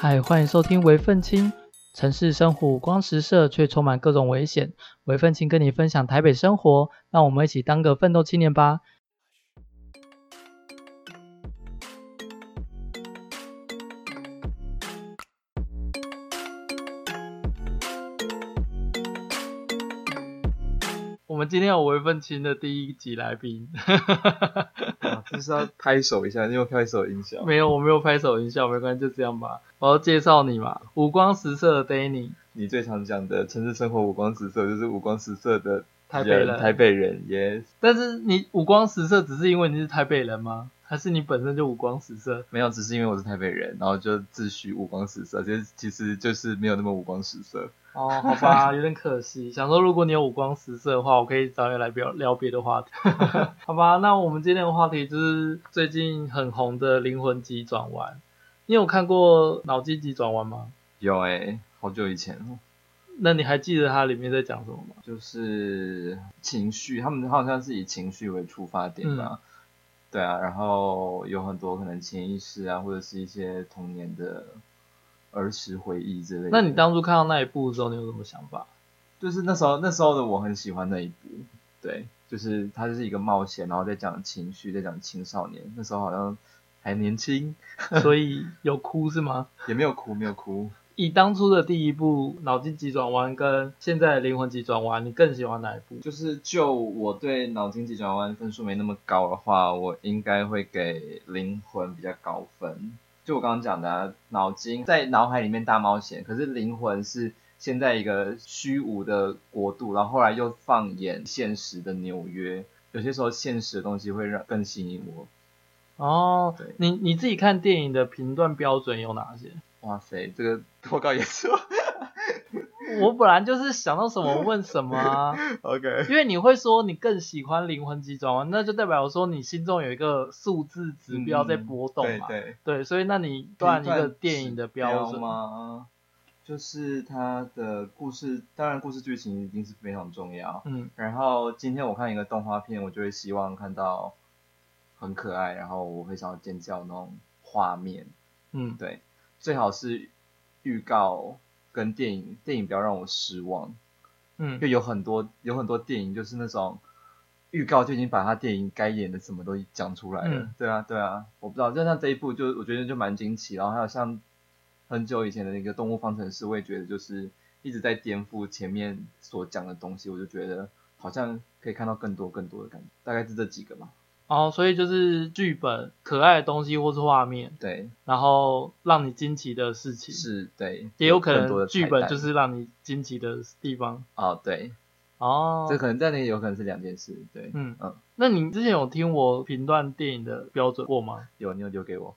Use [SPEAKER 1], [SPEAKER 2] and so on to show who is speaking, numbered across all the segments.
[SPEAKER 1] 嗨，欢迎收听《为愤青》。城市生活五光十色，却充满各种危险。为愤青跟你分享台北生活，让我们一起当个奋斗青年吧。我们今天有为愤青的第一集来宾，
[SPEAKER 2] 啊就是要拍手一下，你有拍手的音效。
[SPEAKER 1] 没有，我没有拍手音效，没关系，就这样吧。我要介绍你嘛，五光十色的 Danny，
[SPEAKER 2] 你最常讲的城市生活五光十色，就是五光十色的
[SPEAKER 1] 台北
[SPEAKER 2] 人
[SPEAKER 1] 人
[SPEAKER 2] 台北人，yes。
[SPEAKER 1] 但是你五光十色，只是因为你是台北人吗？还是你本身就五光十色？
[SPEAKER 2] 没有，只是因为我是台北人，然后就自诩五光十色，其实其实就是没有那么五光十色。
[SPEAKER 1] 哦，好 吧，有点可惜。想说如果你有五光十色的话，我可以找你来聊聊别的话 题。好吧，那我们今天的话题就是最近很红的《灵魂急转弯》。你有看过《脑筋急转弯》吗？
[SPEAKER 2] 有诶、好久以前哦，
[SPEAKER 1] 那你还记得它里面在讲什么吗？
[SPEAKER 2] 就是情绪，他们好像是以情绪为出发点吧。
[SPEAKER 1] 嗯
[SPEAKER 2] 对啊，然后有很多可能潜意识啊，或者是一些童年的儿时回忆之类的。
[SPEAKER 1] 那你当初看到那一部的时候，你有什么想 法？
[SPEAKER 2] 就是那时候那时候的我很喜欢那一部，对，就是它就是一个冒险，然后再讲情绪，再讲青少年。那时候好像还年轻，
[SPEAKER 1] 所以有哭是吗？
[SPEAKER 2] 也没有哭，没有哭。
[SPEAKER 1] 以当初的第一部《脑筋急转弯》跟现在的《灵魂急转弯》，你更喜欢哪一部？
[SPEAKER 2] 就是就我对脑筋急转弯分数没那么高的话，我应该会给灵魂比较高分。就我刚刚讲的、啊，脑筋在脑海里面大冒险，可是灵魂是现在一个虚无的国度，然后后来又放眼现实的纽约。有些时候，现实的东西会让更吸引我，
[SPEAKER 1] 哦
[SPEAKER 2] 对，
[SPEAKER 1] 你你自己看电影的评断标准有哪些？
[SPEAKER 2] 哇塞，这个脱稿也说
[SPEAKER 1] 我本来就是想到什么问什么啊，
[SPEAKER 2] OK，
[SPEAKER 1] 因为你会说你更喜欢灵魂急转弯，那就代表说你心中有一个数字指标在波动
[SPEAKER 2] 嗯对
[SPEAKER 1] 嘛。
[SPEAKER 2] 对，
[SPEAKER 1] 对所以那你断
[SPEAKER 2] 断
[SPEAKER 1] 一个电影的标准，
[SPEAKER 2] 吗？就是它的故事，当然故事剧情一定是非常重要。
[SPEAKER 1] 嗯，
[SPEAKER 2] 然后今天我看一个动画片，我就会希望看到很可爱，然后我会想要尖叫那种画面，
[SPEAKER 1] 嗯，
[SPEAKER 2] 对，最好是预告跟电影，电影不要让我失望，因
[SPEAKER 1] 嗯，
[SPEAKER 2] 为有很多有很多电影就是那种预告就已经把他电影该演的什么都讲出来了。
[SPEAKER 1] 嗯
[SPEAKER 2] 对啊，对啊，我不知道，就像这一部就我觉得就蛮惊奇，然后还有像很久以前的那个《动物方程式》，我也觉得就是一直在颠覆前面所讲的东西，我就觉得好像可以看到更多更多的感觉，大概是这几个吧。
[SPEAKER 1] 哦，所以就是剧本、可爱的东西或是画面，
[SPEAKER 2] 对，
[SPEAKER 1] 然后让你惊奇的事情，
[SPEAKER 2] 是，对，
[SPEAKER 1] 也有可
[SPEAKER 2] 更多
[SPEAKER 1] 能
[SPEAKER 2] 的
[SPEAKER 1] 剧
[SPEAKER 2] 彩
[SPEAKER 1] 本
[SPEAKER 2] 蛋
[SPEAKER 1] 就是让你惊奇的地方。
[SPEAKER 2] 哦，对，
[SPEAKER 1] 哦，
[SPEAKER 2] 这可能在那里有可能是两件事，对，
[SPEAKER 1] 嗯
[SPEAKER 2] 嗯，
[SPEAKER 1] 那你之前有听我评断电影的标准过吗？
[SPEAKER 2] 有你有留给我，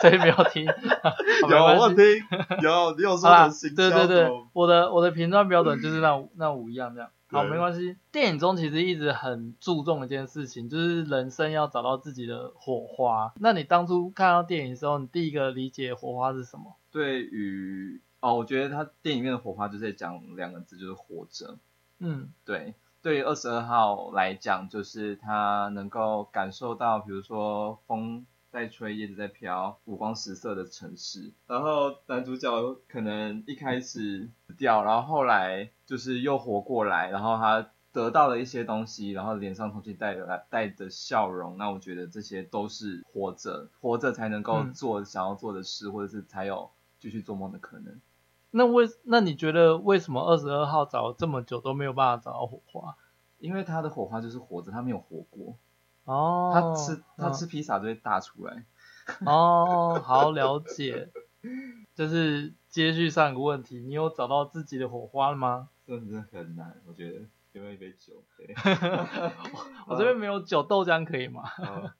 [SPEAKER 1] 所以不要听， 好没关系。
[SPEAKER 2] 啊听，有你有
[SPEAKER 1] 好啦，对对对，我的我的评断标准就是那五那五样这样。好，
[SPEAKER 2] 哦对
[SPEAKER 1] 没关系。电影中其实一直很注重一件事情，就是人生要找到自己的火花。那你当初看到电影的时候，你第一个理解火花是什么？
[SPEAKER 2] 对于哦，我觉得他电影院的火花就是在讲两个字，就是活着。
[SPEAKER 1] 嗯
[SPEAKER 2] 对，对于二十二号来讲，就是他能够感受到，比如说风在吹，叶子在飘，五光十色的城市。然后男主角可能一开始死掉，然后后来就是又活过来，然后他。得到了一些东西，然后脸上重新带来带着笑容，那我觉得这些都是活着，活着才能够
[SPEAKER 1] 嗯
[SPEAKER 2] 做想要做的事，或者是才有继续做梦的可能。
[SPEAKER 1] 那为那你觉得为什么二十二号找了这么久都没有办法找到火花？
[SPEAKER 2] 因为他的火花就是活着，他没有活过，
[SPEAKER 1] 哦，
[SPEAKER 2] 他吃、他
[SPEAKER 1] 嗯
[SPEAKER 2] 吃披萨就会大出来。
[SPEAKER 1] 哦，好了解，就是接续上一个问题，你有找到自己的火花了吗？
[SPEAKER 2] 这真的很难，我觉得有没有一杯酒？ 对
[SPEAKER 1] 我这边没有酒，豆浆可以吗？
[SPEAKER 2] 好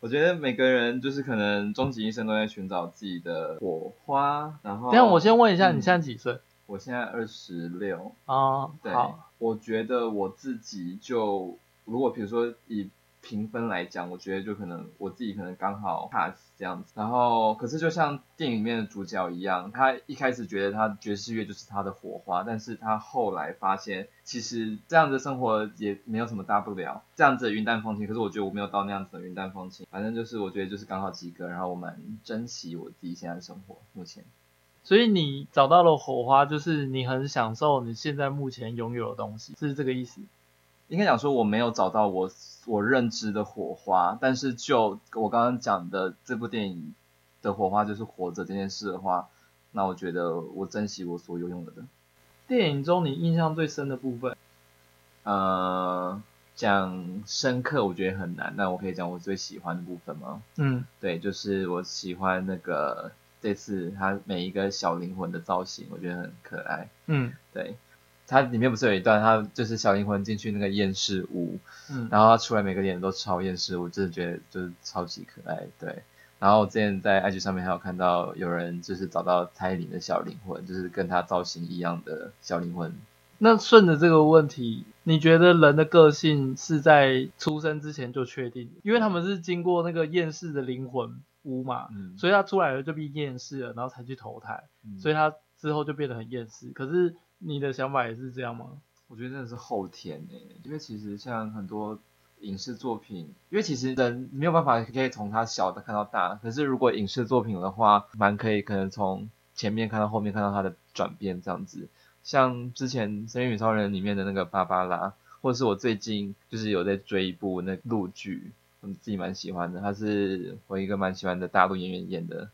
[SPEAKER 2] 我觉得每个人就是可能终其一生都在寻找自己的火花，然后
[SPEAKER 1] 等一下我先问一下，
[SPEAKER 2] 嗯
[SPEAKER 1] 你现在几岁？
[SPEAKER 2] 我现在二十六，
[SPEAKER 1] 哦，
[SPEAKER 2] 对
[SPEAKER 1] 好，，
[SPEAKER 2] 我觉得我自己就如果比如说以评分来讲，我觉得就可能我自己可能刚好 pass 这样子。然后，可是就像电影里面的主角一样，他一开始觉得他爵士乐就是他的火花，但是他后来发现，其实这样子的生活也没有什么大不了，这样子的云淡风轻。可是我觉得我没有到那样子的云淡风轻，反正就是我觉得就是刚好及格，然后我蛮珍惜我自己现在的生活，目前。
[SPEAKER 1] 所以你找到了火花，就是你很享受你现在目前拥有的东西，是这个意思？
[SPEAKER 2] 应该讲说我没有找到我我认知的火花，但是就我刚刚讲的这部电影的火花就是活着这件事的话，那我觉得我珍惜我所拥有的。
[SPEAKER 1] 电影中你印象最深的部分，
[SPEAKER 2] 呃，讲深刻我觉得很难，但我可以讲我最喜欢的部分吗？
[SPEAKER 1] 嗯，
[SPEAKER 2] 对，就是我喜欢那个这次他每一个小灵魂的造型，我觉得很可爱。
[SPEAKER 1] 嗯
[SPEAKER 2] 对，它里面不是有一段，他就是小灵魂进去那个验尸屋，
[SPEAKER 1] 嗯，
[SPEAKER 2] 然后他出来每个脸都超厌世，我真的觉得就是超级可爱，对。然后我之前在 IG 上面还有看到有人就是找到蔡依林的小灵魂，就是跟她造型一样的小灵魂。
[SPEAKER 1] 那顺着这个问题，你觉得人的个性是在出生之前就确定的？因为他们是经过那个厌世的灵魂屋嘛，
[SPEAKER 2] 嗯，
[SPEAKER 1] 所以他出来了就变厌世了，然后才去投胎，
[SPEAKER 2] 以
[SPEAKER 1] 所
[SPEAKER 2] 以
[SPEAKER 1] 以他之后就变得很厌世。可是你的想法也是这样吗？
[SPEAKER 2] 我觉得真的是后天诶、因为其实像很多影视作品，因为其实人没有办法可以从他小的看到大，可是如果影视作品的话，蛮可以可能从前面看到后面看到他的转变这样子。像之前《神力女超人》里面的那个芭芭拉，或者是我最近就是有在追一部那陆剧，我自己蛮喜欢的，他是我一个蛮喜欢的大陆演员演的，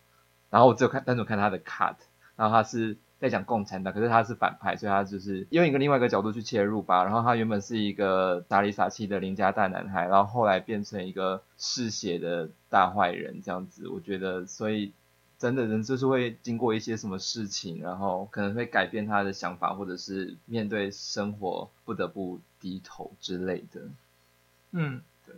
[SPEAKER 2] 然后我只有看单纯看他的 cut，然后他是在讲共产党，可是他是反派，所以他就是用一个另外一个角度去切入吧。然后他原本是一个傻里傻气的邻家大男孩，然后后来变成一个嗜血的大坏人这样子。我觉得，所以真的人就是会经过一些什么事情，然后可能会改变他的想法，或者是面对生活不得不低头之类的。
[SPEAKER 1] 嗯，
[SPEAKER 2] 对。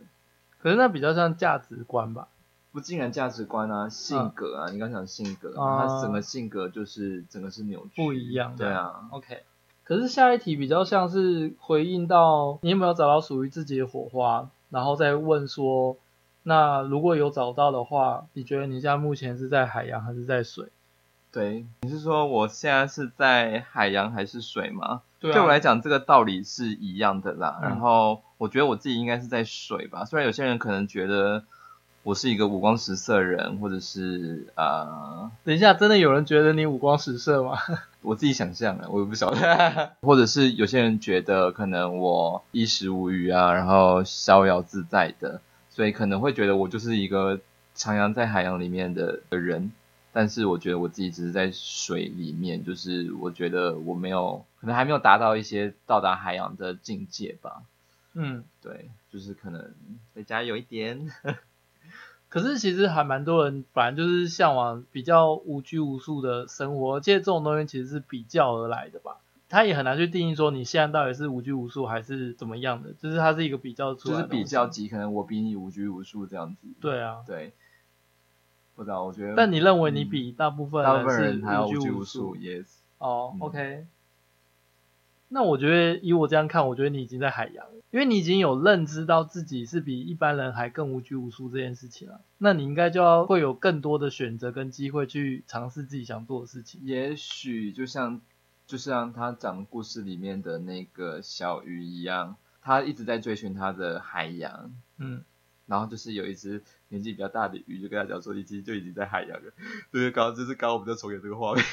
[SPEAKER 1] 可是那比较像价值观吧？
[SPEAKER 2] 不尽然价值观啊，性格啊，你刚讲性格，
[SPEAKER 1] 嗯啊
[SPEAKER 2] 他整个性格就是整个是扭曲，
[SPEAKER 1] 不一样的
[SPEAKER 2] 对啊，
[SPEAKER 1] OK，可是下一题比较像是回应到你有没有找到属于自己的火花，然后再问说，那如果有找到的话，你觉得你现在目前是在海洋还是在水？
[SPEAKER 2] 对，你是说我现在是在海洋还是水吗？
[SPEAKER 1] 对啊
[SPEAKER 2] 我来讲，这个道理是一样的啦。
[SPEAKER 1] 嗯
[SPEAKER 2] 然后我觉得我自己应该是在水吧，虽然有些人可能觉得我是一个五光十色的人，或者是呃，
[SPEAKER 1] 等一下，真的有人觉得你五光十色吗？
[SPEAKER 2] 我自己想象的，我也不晓得。 或者是有些人觉得可能我衣食无余啊，然后逍遥自在的，所以可能会觉得我就是一个徜徉在海洋里面的的人。但是我觉得我自己只是在水里面，就是我觉得我没有，可能还没有达到一些到达海洋的境界吧。
[SPEAKER 1] 嗯，
[SPEAKER 2] 对，就是可能再加油一点。
[SPEAKER 1] 可是其实还蛮多人反正就是向往比较无拘无束的生活，而且这种东西其实是比较而来的吧。他也很难去定义说你现在到底是无拘无束还是怎么样的，就是它是一个比较出
[SPEAKER 2] 就
[SPEAKER 1] 来
[SPEAKER 2] 是
[SPEAKER 1] 的东西
[SPEAKER 2] 比较级，可能我比你无拘无束这样子。
[SPEAKER 1] 对啊，
[SPEAKER 2] 对，不知道，我觉得。
[SPEAKER 1] 但你认为你比大部分
[SPEAKER 2] 大部分
[SPEAKER 1] 是
[SPEAKER 2] 人还要
[SPEAKER 1] 无
[SPEAKER 2] 无
[SPEAKER 1] 拘
[SPEAKER 2] 拘
[SPEAKER 1] 无
[SPEAKER 2] 无束，yes。
[SPEAKER 1] 哦、
[SPEAKER 2] 嗯
[SPEAKER 1] o k 那我觉得以我这样看，我觉得你已经在海洋了，因为你已经有认知到自己是比一般人还更无拘无束这件事情了。那你应该就要会有更多的选择跟机会去尝试自己想做的事情。
[SPEAKER 2] 也许就像就像他讲故事里面的那个小鱼一样，他一直在追寻他的海洋，
[SPEAKER 1] 嗯，
[SPEAKER 2] 然后就是有一只年纪比较大的鱼就跟他讲说，你其实就已经在海洋了。 就是刚就是刚刚我们在重演这个画面。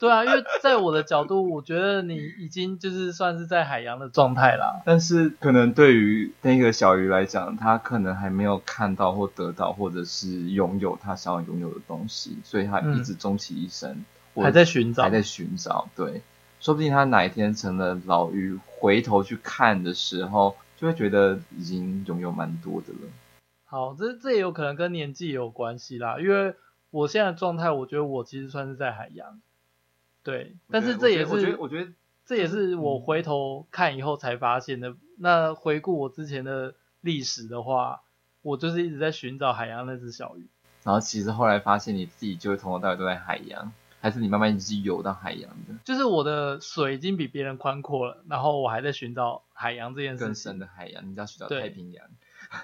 [SPEAKER 1] 对啊，因为在我的角度，我觉得你已经就是算是在海洋的状态啦。
[SPEAKER 2] 但是可能对于那个小鱼来讲，他可能还没有看到或得到，或者是拥有他想要拥有的东西，所以他一直终其一生、
[SPEAKER 1] 嗯
[SPEAKER 2] 我
[SPEAKER 1] 还在寻找
[SPEAKER 2] 还在寻找。对，说不定他哪一天成了老鱼，回头去看的时候，就会觉得已经拥有蛮多的了。
[SPEAKER 1] 好，这这也有可能跟年纪也有关系啦，因为我现在的状态，我觉得我其实算是在海洋，对，但是这也是
[SPEAKER 2] 我觉得，我觉得
[SPEAKER 1] 这也是我回头看以后才发现的。那回顾我之前的历史的话，我就是一直在寻找海洋那只小鱼。
[SPEAKER 2] 然后其实后来发现你自己就从头到尾都在海洋，还是你慢慢一直游到海洋的
[SPEAKER 1] 就是我的水已经比别人宽阔了，然后我还在寻找海洋这件事情。
[SPEAKER 2] 更深的海洋，你要去找
[SPEAKER 1] 对
[SPEAKER 2] 太平洋。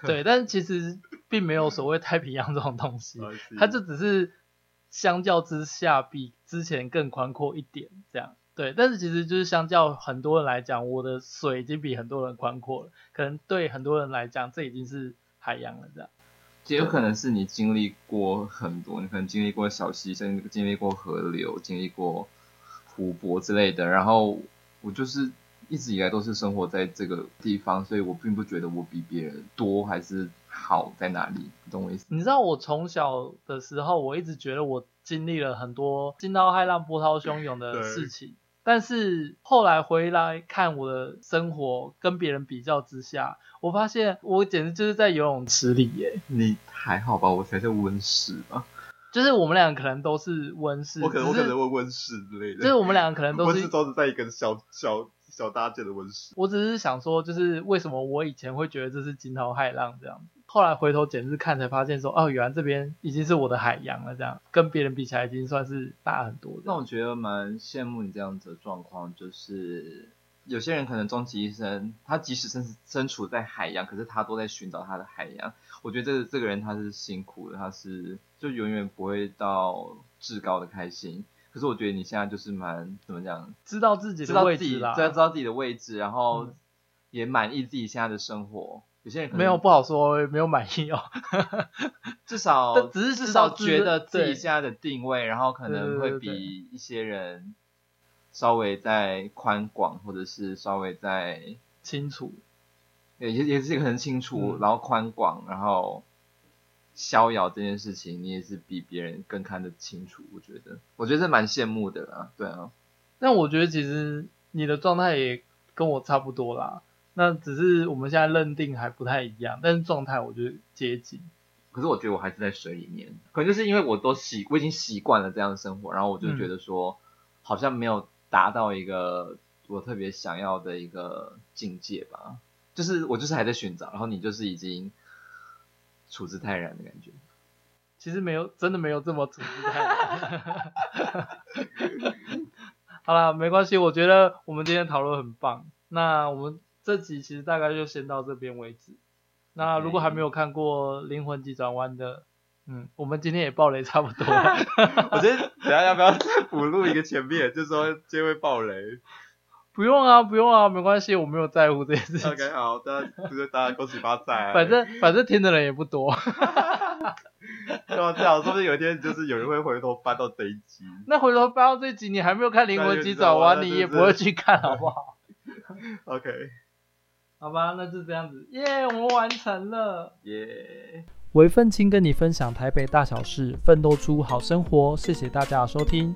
[SPEAKER 1] 对，但是其实并没有所谓太平洋这种东西，
[SPEAKER 2] 而是
[SPEAKER 1] 它就只是相较之下比之前更宽阔一点这样。对，但是其实就是相较很多人来讲，我的水已经比很多人宽阔了，可能对很多人来讲，这已经是海洋了这样。
[SPEAKER 2] 也有可能是你经历过很多，你可能经历过小溪，甚至经历过河流，经历过湖泊之类的。然后我就是一直以来都是生活在这个地方，所以我并不觉得我比别人多还是好在哪里，你懂我意思？
[SPEAKER 1] 你知道我从小的时候，我一直觉得我经历了很多惊涛骇浪、波涛汹涌的
[SPEAKER 2] 对
[SPEAKER 1] 事情，但是后来回来看我的生活，跟别人比较之下，我发现我简直就是在游泳池里耶，
[SPEAKER 2] 你还好吧？我才在温室吧，
[SPEAKER 1] 就是我们俩可能都是温室，
[SPEAKER 2] 我可能我
[SPEAKER 1] 只
[SPEAKER 2] 可
[SPEAKER 1] 是
[SPEAKER 2] 能会温室之类
[SPEAKER 1] 就是
[SPEAKER 2] 的。
[SPEAKER 1] 我们俩可能都
[SPEAKER 2] 温室
[SPEAKER 1] 是。
[SPEAKER 2] 都是在一个小小小搭建的温室。
[SPEAKER 1] 我只是想说，就是为什么我以前会觉得这是惊涛骇浪这样，后来回头检视看才发现说，哦，原来这边已经是我的海洋了，这样跟别人比起来已经算是大很多这
[SPEAKER 2] 那
[SPEAKER 1] 样。
[SPEAKER 2] 我觉得蛮羡慕你这样子的状况，就是有些人可能终其一生，他即使身身处在海洋，可是他都在寻找他的海洋。我觉得这个这个人他是辛苦的，他是就永远不会到至高的开心。可是我觉得你现在就是蛮怎么讲，
[SPEAKER 1] 知道自己
[SPEAKER 2] 知
[SPEAKER 1] 的
[SPEAKER 2] 道
[SPEAKER 1] 位
[SPEAKER 2] 自
[SPEAKER 1] 置
[SPEAKER 2] 己
[SPEAKER 1] 啦，
[SPEAKER 2] 知道知道自己的位置，然后
[SPEAKER 1] 嗯
[SPEAKER 2] 也满意自己现在的生活。有些人可能
[SPEAKER 1] 没有不好说，没有满意哦。
[SPEAKER 2] 至少
[SPEAKER 1] 但只是
[SPEAKER 2] 至
[SPEAKER 1] 知
[SPEAKER 2] 少
[SPEAKER 1] 道
[SPEAKER 2] 觉得自己
[SPEAKER 1] 对
[SPEAKER 2] 现在的定位，然后可能会
[SPEAKER 1] 对对对对
[SPEAKER 2] 比一些人稍微再宽广，或者是稍微再
[SPEAKER 1] 清楚，
[SPEAKER 2] 也也也是很清楚，
[SPEAKER 1] 嗯
[SPEAKER 2] 然后宽广，然后逍遥这件事情，你也是比别人更看得清楚。我觉得，我觉得这蛮羡慕的啦，对啊，
[SPEAKER 1] 但我觉得其实你的状态也跟我差不多啦。那只是我们现在认定还不太一样，但是状态我觉得接近。
[SPEAKER 2] 可是我觉得我还是在水里面，可能就是因为我都习，我已经习惯了这样的生活，然后我就觉得说，好像没有达到一个我特别想要的一个境界吧，就是我就是还在寻找，然后你就是已经处之泰然的感觉。
[SPEAKER 1] 其实没有，真的没有这么处之泰然。 好啦，没关系，我觉得我们今天讨论很棒。那我们这集其实大概就先到这边为止。那如果还没有看过《灵魂急转弯》的，嗯，我们今天也爆雷差不多了。
[SPEAKER 2] 我觉得等一下要不要补录一个前面，就说结尾爆 雷
[SPEAKER 1] 不用啊，不用啊，没关系，我没有在乎这件事情。
[SPEAKER 2] ？OK，好，大家祝大家恭喜发财。
[SPEAKER 1] 反正反正听的人也不多。
[SPEAKER 2] 对啊，最好说不定有一天就是有人会回头翻到这一集。
[SPEAKER 1] 那回头翻到这集，你还没有看《灵魂急转弯》，
[SPEAKER 2] 那就
[SPEAKER 1] 你
[SPEAKER 2] 知道
[SPEAKER 1] 也不会去看，好不好？
[SPEAKER 2] OK，
[SPEAKER 1] 好吧，那就这样子，耶、我们完成了。
[SPEAKER 2] 耶、
[SPEAKER 1] 韦奋青跟你分享台北大小事，奋斗出好生活。谢谢大家的收听，